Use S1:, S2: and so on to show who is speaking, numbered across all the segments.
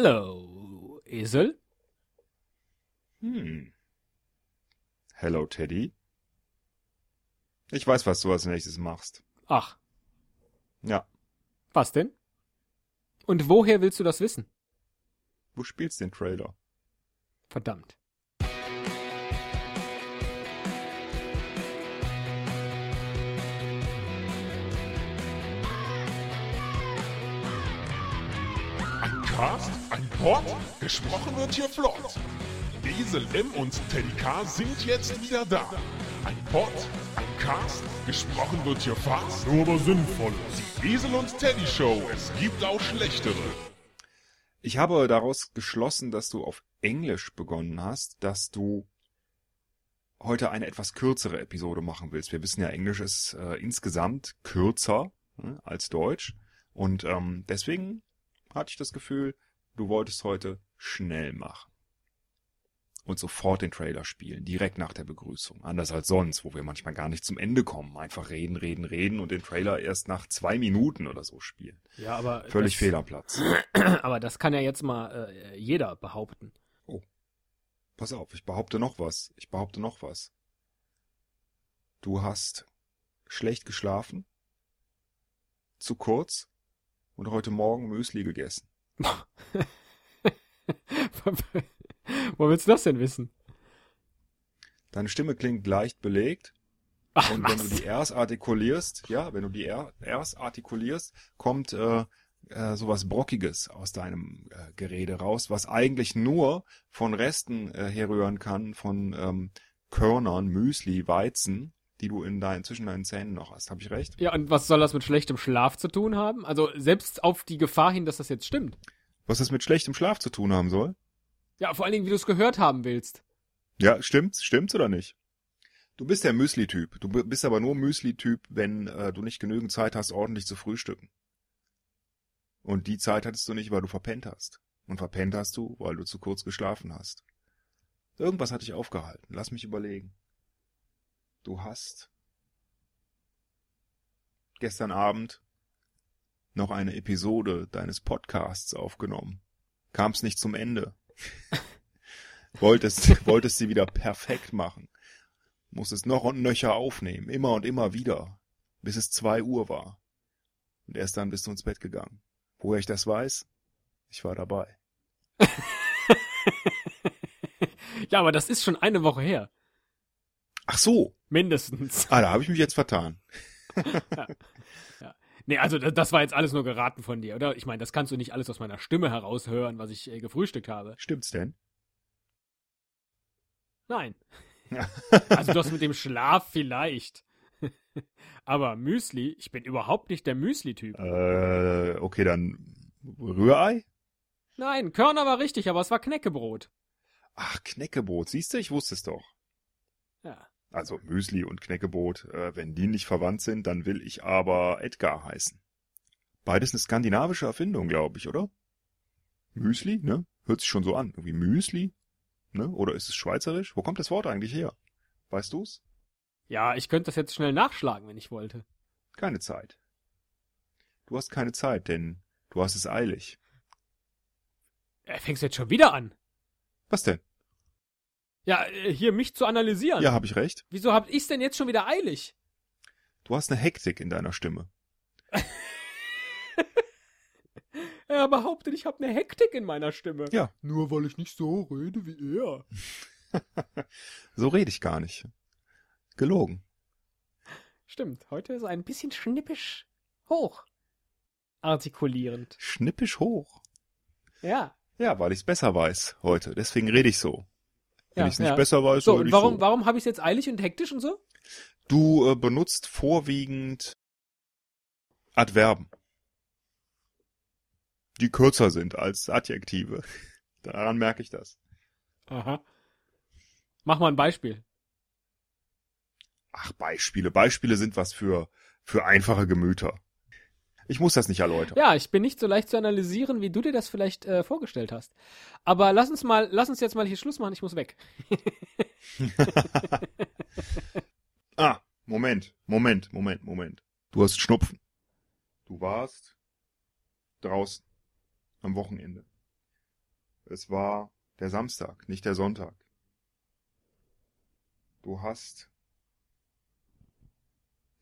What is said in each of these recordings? S1: Hello, Esel.
S2: Hm. Hello, Teddy. Ich weiß, was du als nächstes machst.
S1: Ach,
S2: Ja.
S1: was denn? Und woher willst du das wissen?
S2: Du spielst den Trailer.
S1: Verdammt.
S3: Ein Cast, ein Pod, gesprochen wird hier flott. Esel M und Teddy K sind jetzt wieder da. Ein Pod, ein Cast, gesprochen wird hier fast, nur aber sinnvoll. Die Esel und Teddy Show, es gibt auch schlechtere.
S2: Ich habe daraus geschlossen, dass du auf Englisch begonnen hast, dass du heute eine etwas kürzere Episode machen willst. Wir wissen ja, Englisch ist äh, insgesamt kürzer ne, als Deutsch. Und ähm, deswegen hatte ich das Gefühl, du wolltest heute schnell machen. Und sofort den Trailer spielen, direkt nach der Begrüßung. Anders als sonst, wo wir manchmal gar nicht zum Ende kommen. Einfach reden, reden, reden und den Trailer erst nach zwei Minuten oder so spielen.
S1: Ja, aber.
S2: Völlig fehl am Platz.
S1: Aber das kann ja jetzt mal äh, jeder behaupten.
S2: Pass auf, ich behaupte noch was. Ich behaupte noch was. Du hast schlecht geschlafen, zu kurz und heute Morgen Müsli gegessen.
S1: Wo willst du das denn wissen?
S2: Deine Stimme klingt leicht belegt
S1: Ach,
S2: und wenn du die Rs artikulierst, ja, wenn du die R- Rs artikulierst, kommt äh, äh, sowas Brockiges aus deinem äh, Gerede raus, was eigentlich nur von Resten äh, herrühren kann, von ähm, Körnern, Müsli, Weizen, die du in deinen, zwischen deinen Zähnen noch hast. Habe ich recht?
S1: Ja, und was soll das mit schlechtem Schlaf zu tun haben? Also selbst auf die Gefahr hin, dass das jetzt stimmt.
S2: Was das mit schlechtem Schlaf zu tun haben soll?
S1: Ja, vor allen Dingen, wie du es gehört haben willst.
S2: Ja, stimmt's, stimmt's oder nicht? Du bist der Müsli-Typ. Du bi- bist aber nur Müsli-Typ, wenn äh, du nicht genügend Zeit hast, ordentlich zu frühstücken. Und die Zeit hattest du nicht, weil du verpennt hast. Und verpennt hast du, weil du zu kurz geschlafen hast. Irgendwas hat dich aufgehalten. Lass mich überlegen. Du hast gestern Abend noch eine Episode deines Podcasts aufgenommen. Kam's nicht zum Ende. Wolltest, wolltest sie wieder perfekt machen. Musstest noch und nöcher aufnehmen, immer und immer wieder, bis es zwei Uhr war. Und erst dann bist du ins Bett gegangen. Woher ich das weiß? Ich war dabei.
S1: Ja, aber das ist schon eine Woche her.
S2: Ach so,
S1: Mindestens.
S2: ah, da habe ich mich jetzt vertan.
S1: Nee, also das, das war jetzt alles nur geraten von dir, oder? Ich meine, das kannst du nicht alles aus meiner Stimme heraushören, was ich äh, gefrühstückt habe.
S2: Stimmt's denn?
S1: Nein. Also das mit dem Schlaf vielleicht. aber Müsli, ich bin überhaupt nicht der Müsli-Typ.
S2: äh, okay, dann Rührei?
S1: Nein, Körner war richtig, aber es war Knäckebrot.
S2: Ach, Knäckebrot, siehst du, ich wusste es doch.
S1: Ja.
S2: Also Müsli und Knäckebrot, äh, wenn die nicht verwandt sind, dann will ich aber Edgar heißen. Beides eine skandinavische Erfindung, glaube ich, oder? Müsli, ne? Hört sich schon so an. Irgendwie Müsli, ne? Oder ist es schweizerisch? Wo kommt das Wort eigentlich her? Weißt du's?
S1: Ja, ich könnte das jetzt schnell nachschlagen, wenn ich wollte.
S2: Keine Zeit. Du hast keine Zeit, denn du hast es eilig.
S1: Äh, fängst du jetzt schon wieder an?
S2: Was denn?
S1: Ja, äh, hier mich zu analysieren.
S2: Ja, habe ich recht.
S1: Wieso hab ich's denn jetzt schon wieder eilig?
S2: Du hast eine Hektik in deiner Stimme.
S1: Äh, Er behauptet, ich hab ne Hektik in meiner Stimme.
S2: Ja.
S1: Nur weil ich nicht so rede wie er.
S2: So rede ich gar nicht. Gelogen.
S1: Stimmt, heute ist er ein bisschen schnippisch hoch. Artikulierend.
S2: Schnippisch hoch.
S1: Ja.
S2: Ja, weil ich's besser weiß heute. Deswegen rede ich so. Wenn
S1: ja,
S2: ich's nicht
S1: ja.
S2: besser weiß,
S1: So,
S2: rede
S1: und
S2: ich
S1: warum,
S2: so.
S1: warum hab ich's jetzt eilig und hektisch und so?
S2: Du äh, benutzt vorwiegend Adverben, die kürzer sind als Adjektive. Daran merke ich das.
S1: Aha. Mach mal ein Beispiel.
S2: Ach, Beispiele. Beispiele sind was für, für einfache Gemüter. Ich muss das nicht erläutern.
S1: Ja, ich bin nicht so leicht zu analysieren, wie du dir das vielleicht äh, vorgestellt hast. Aber lass uns mal, lass uns jetzt mal hier Schluss machen, ich muss weg.
S2: Ah, Moment, Moment, Moment, Moment. Du hast Schnupfen. Du warst draußen am Wochenende. Es war der Samstag, nicht der Sonntag. Du hast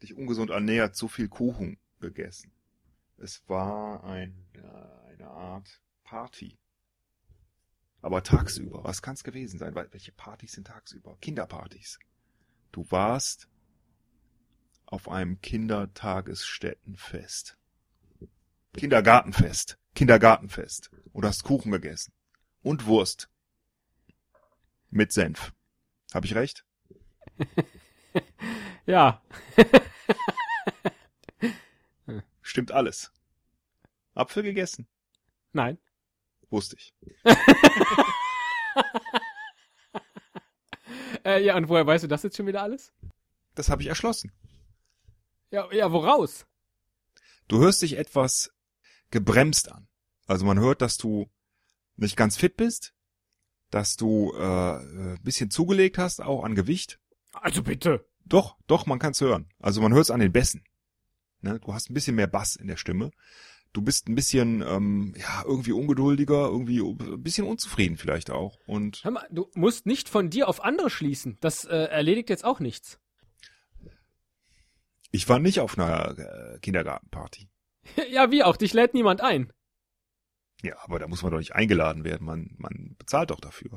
S2: dich ungesund ernährt, so viel Kuchen gegessen. Es war ein, äh, eine Art Party. Aber tagsüber, was kann es gewesen sein? Weil- Welche Partys sind tagsüber? Kinderpartys. Du warst auf einem Kindertagesstättenfest. Kindergartenfest. Kindergartenfest. Und hast Kuchen gegessen. Und Wurst. Mit Senf. Hab ich recht?
S1: Ja,
S2: Stimmt alles. Apfel gegessen.
S1: nein.
S2: Wusste ich.
S1: Äh, ja, und woher weißt du das jetzt schon wieder alles?
S2: Das habe ich erschlossen.
S1: Ja, ja, woraus?
S2: Du hörst dich etwas gebremst an. Also man hört, dass du nicht ganz fit bist, dass du äh, ein bisschen zugelegt hast, auch an Gewicht.
S1: Also bitte.
S2: Doch, doch, man kann es hören. Also man hört es an den Bässen. Ne? Du hast ein bisschen mehr Bass in der Stimme. Du bist ein bisschen, ähm, ja, irgendwie ungeduldiger, irgendwie ein bisschen unzufrieden vielleicht auch. Und
S1: Hör mal, du musst nicht von dir auf andere schließen. Das äh, erledigt jetzt auch nichts.
S2: ich war nicht auf einer äh, Kindergartenparty.
S1: ja, wie auch, dich lädt niemand ein.
S2: Ja, aber da muss man doch nicht eingeladen werden. Man, man bezahlt doch dafür,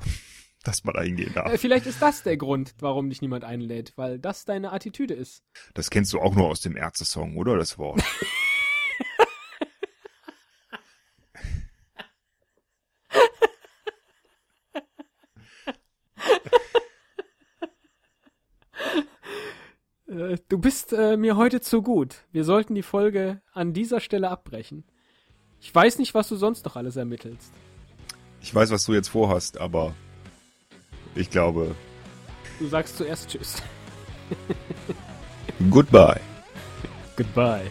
S2: dass man da hingehen darf.
S1: Äh, vielleicht ist das der Grund, warum dich niemand einlädt, weil das deine Attitüde ist.
S2: Das kennst du auch nur aus dem Ärzte-Song, oder? Das Wort.
S1: Äh, du bist äh, mir heute zu gut. Wir sollten die Folge an dieser Stelle abbrechen. Ich weiß nicht, was du sonst noch alles ermittelst.
S2: Ich weiß, was du jetzt vorhast, aber ich glaube,
S1: Du sagst zuerst Tschüss.
S2: goodbye.
S1: Goodbye.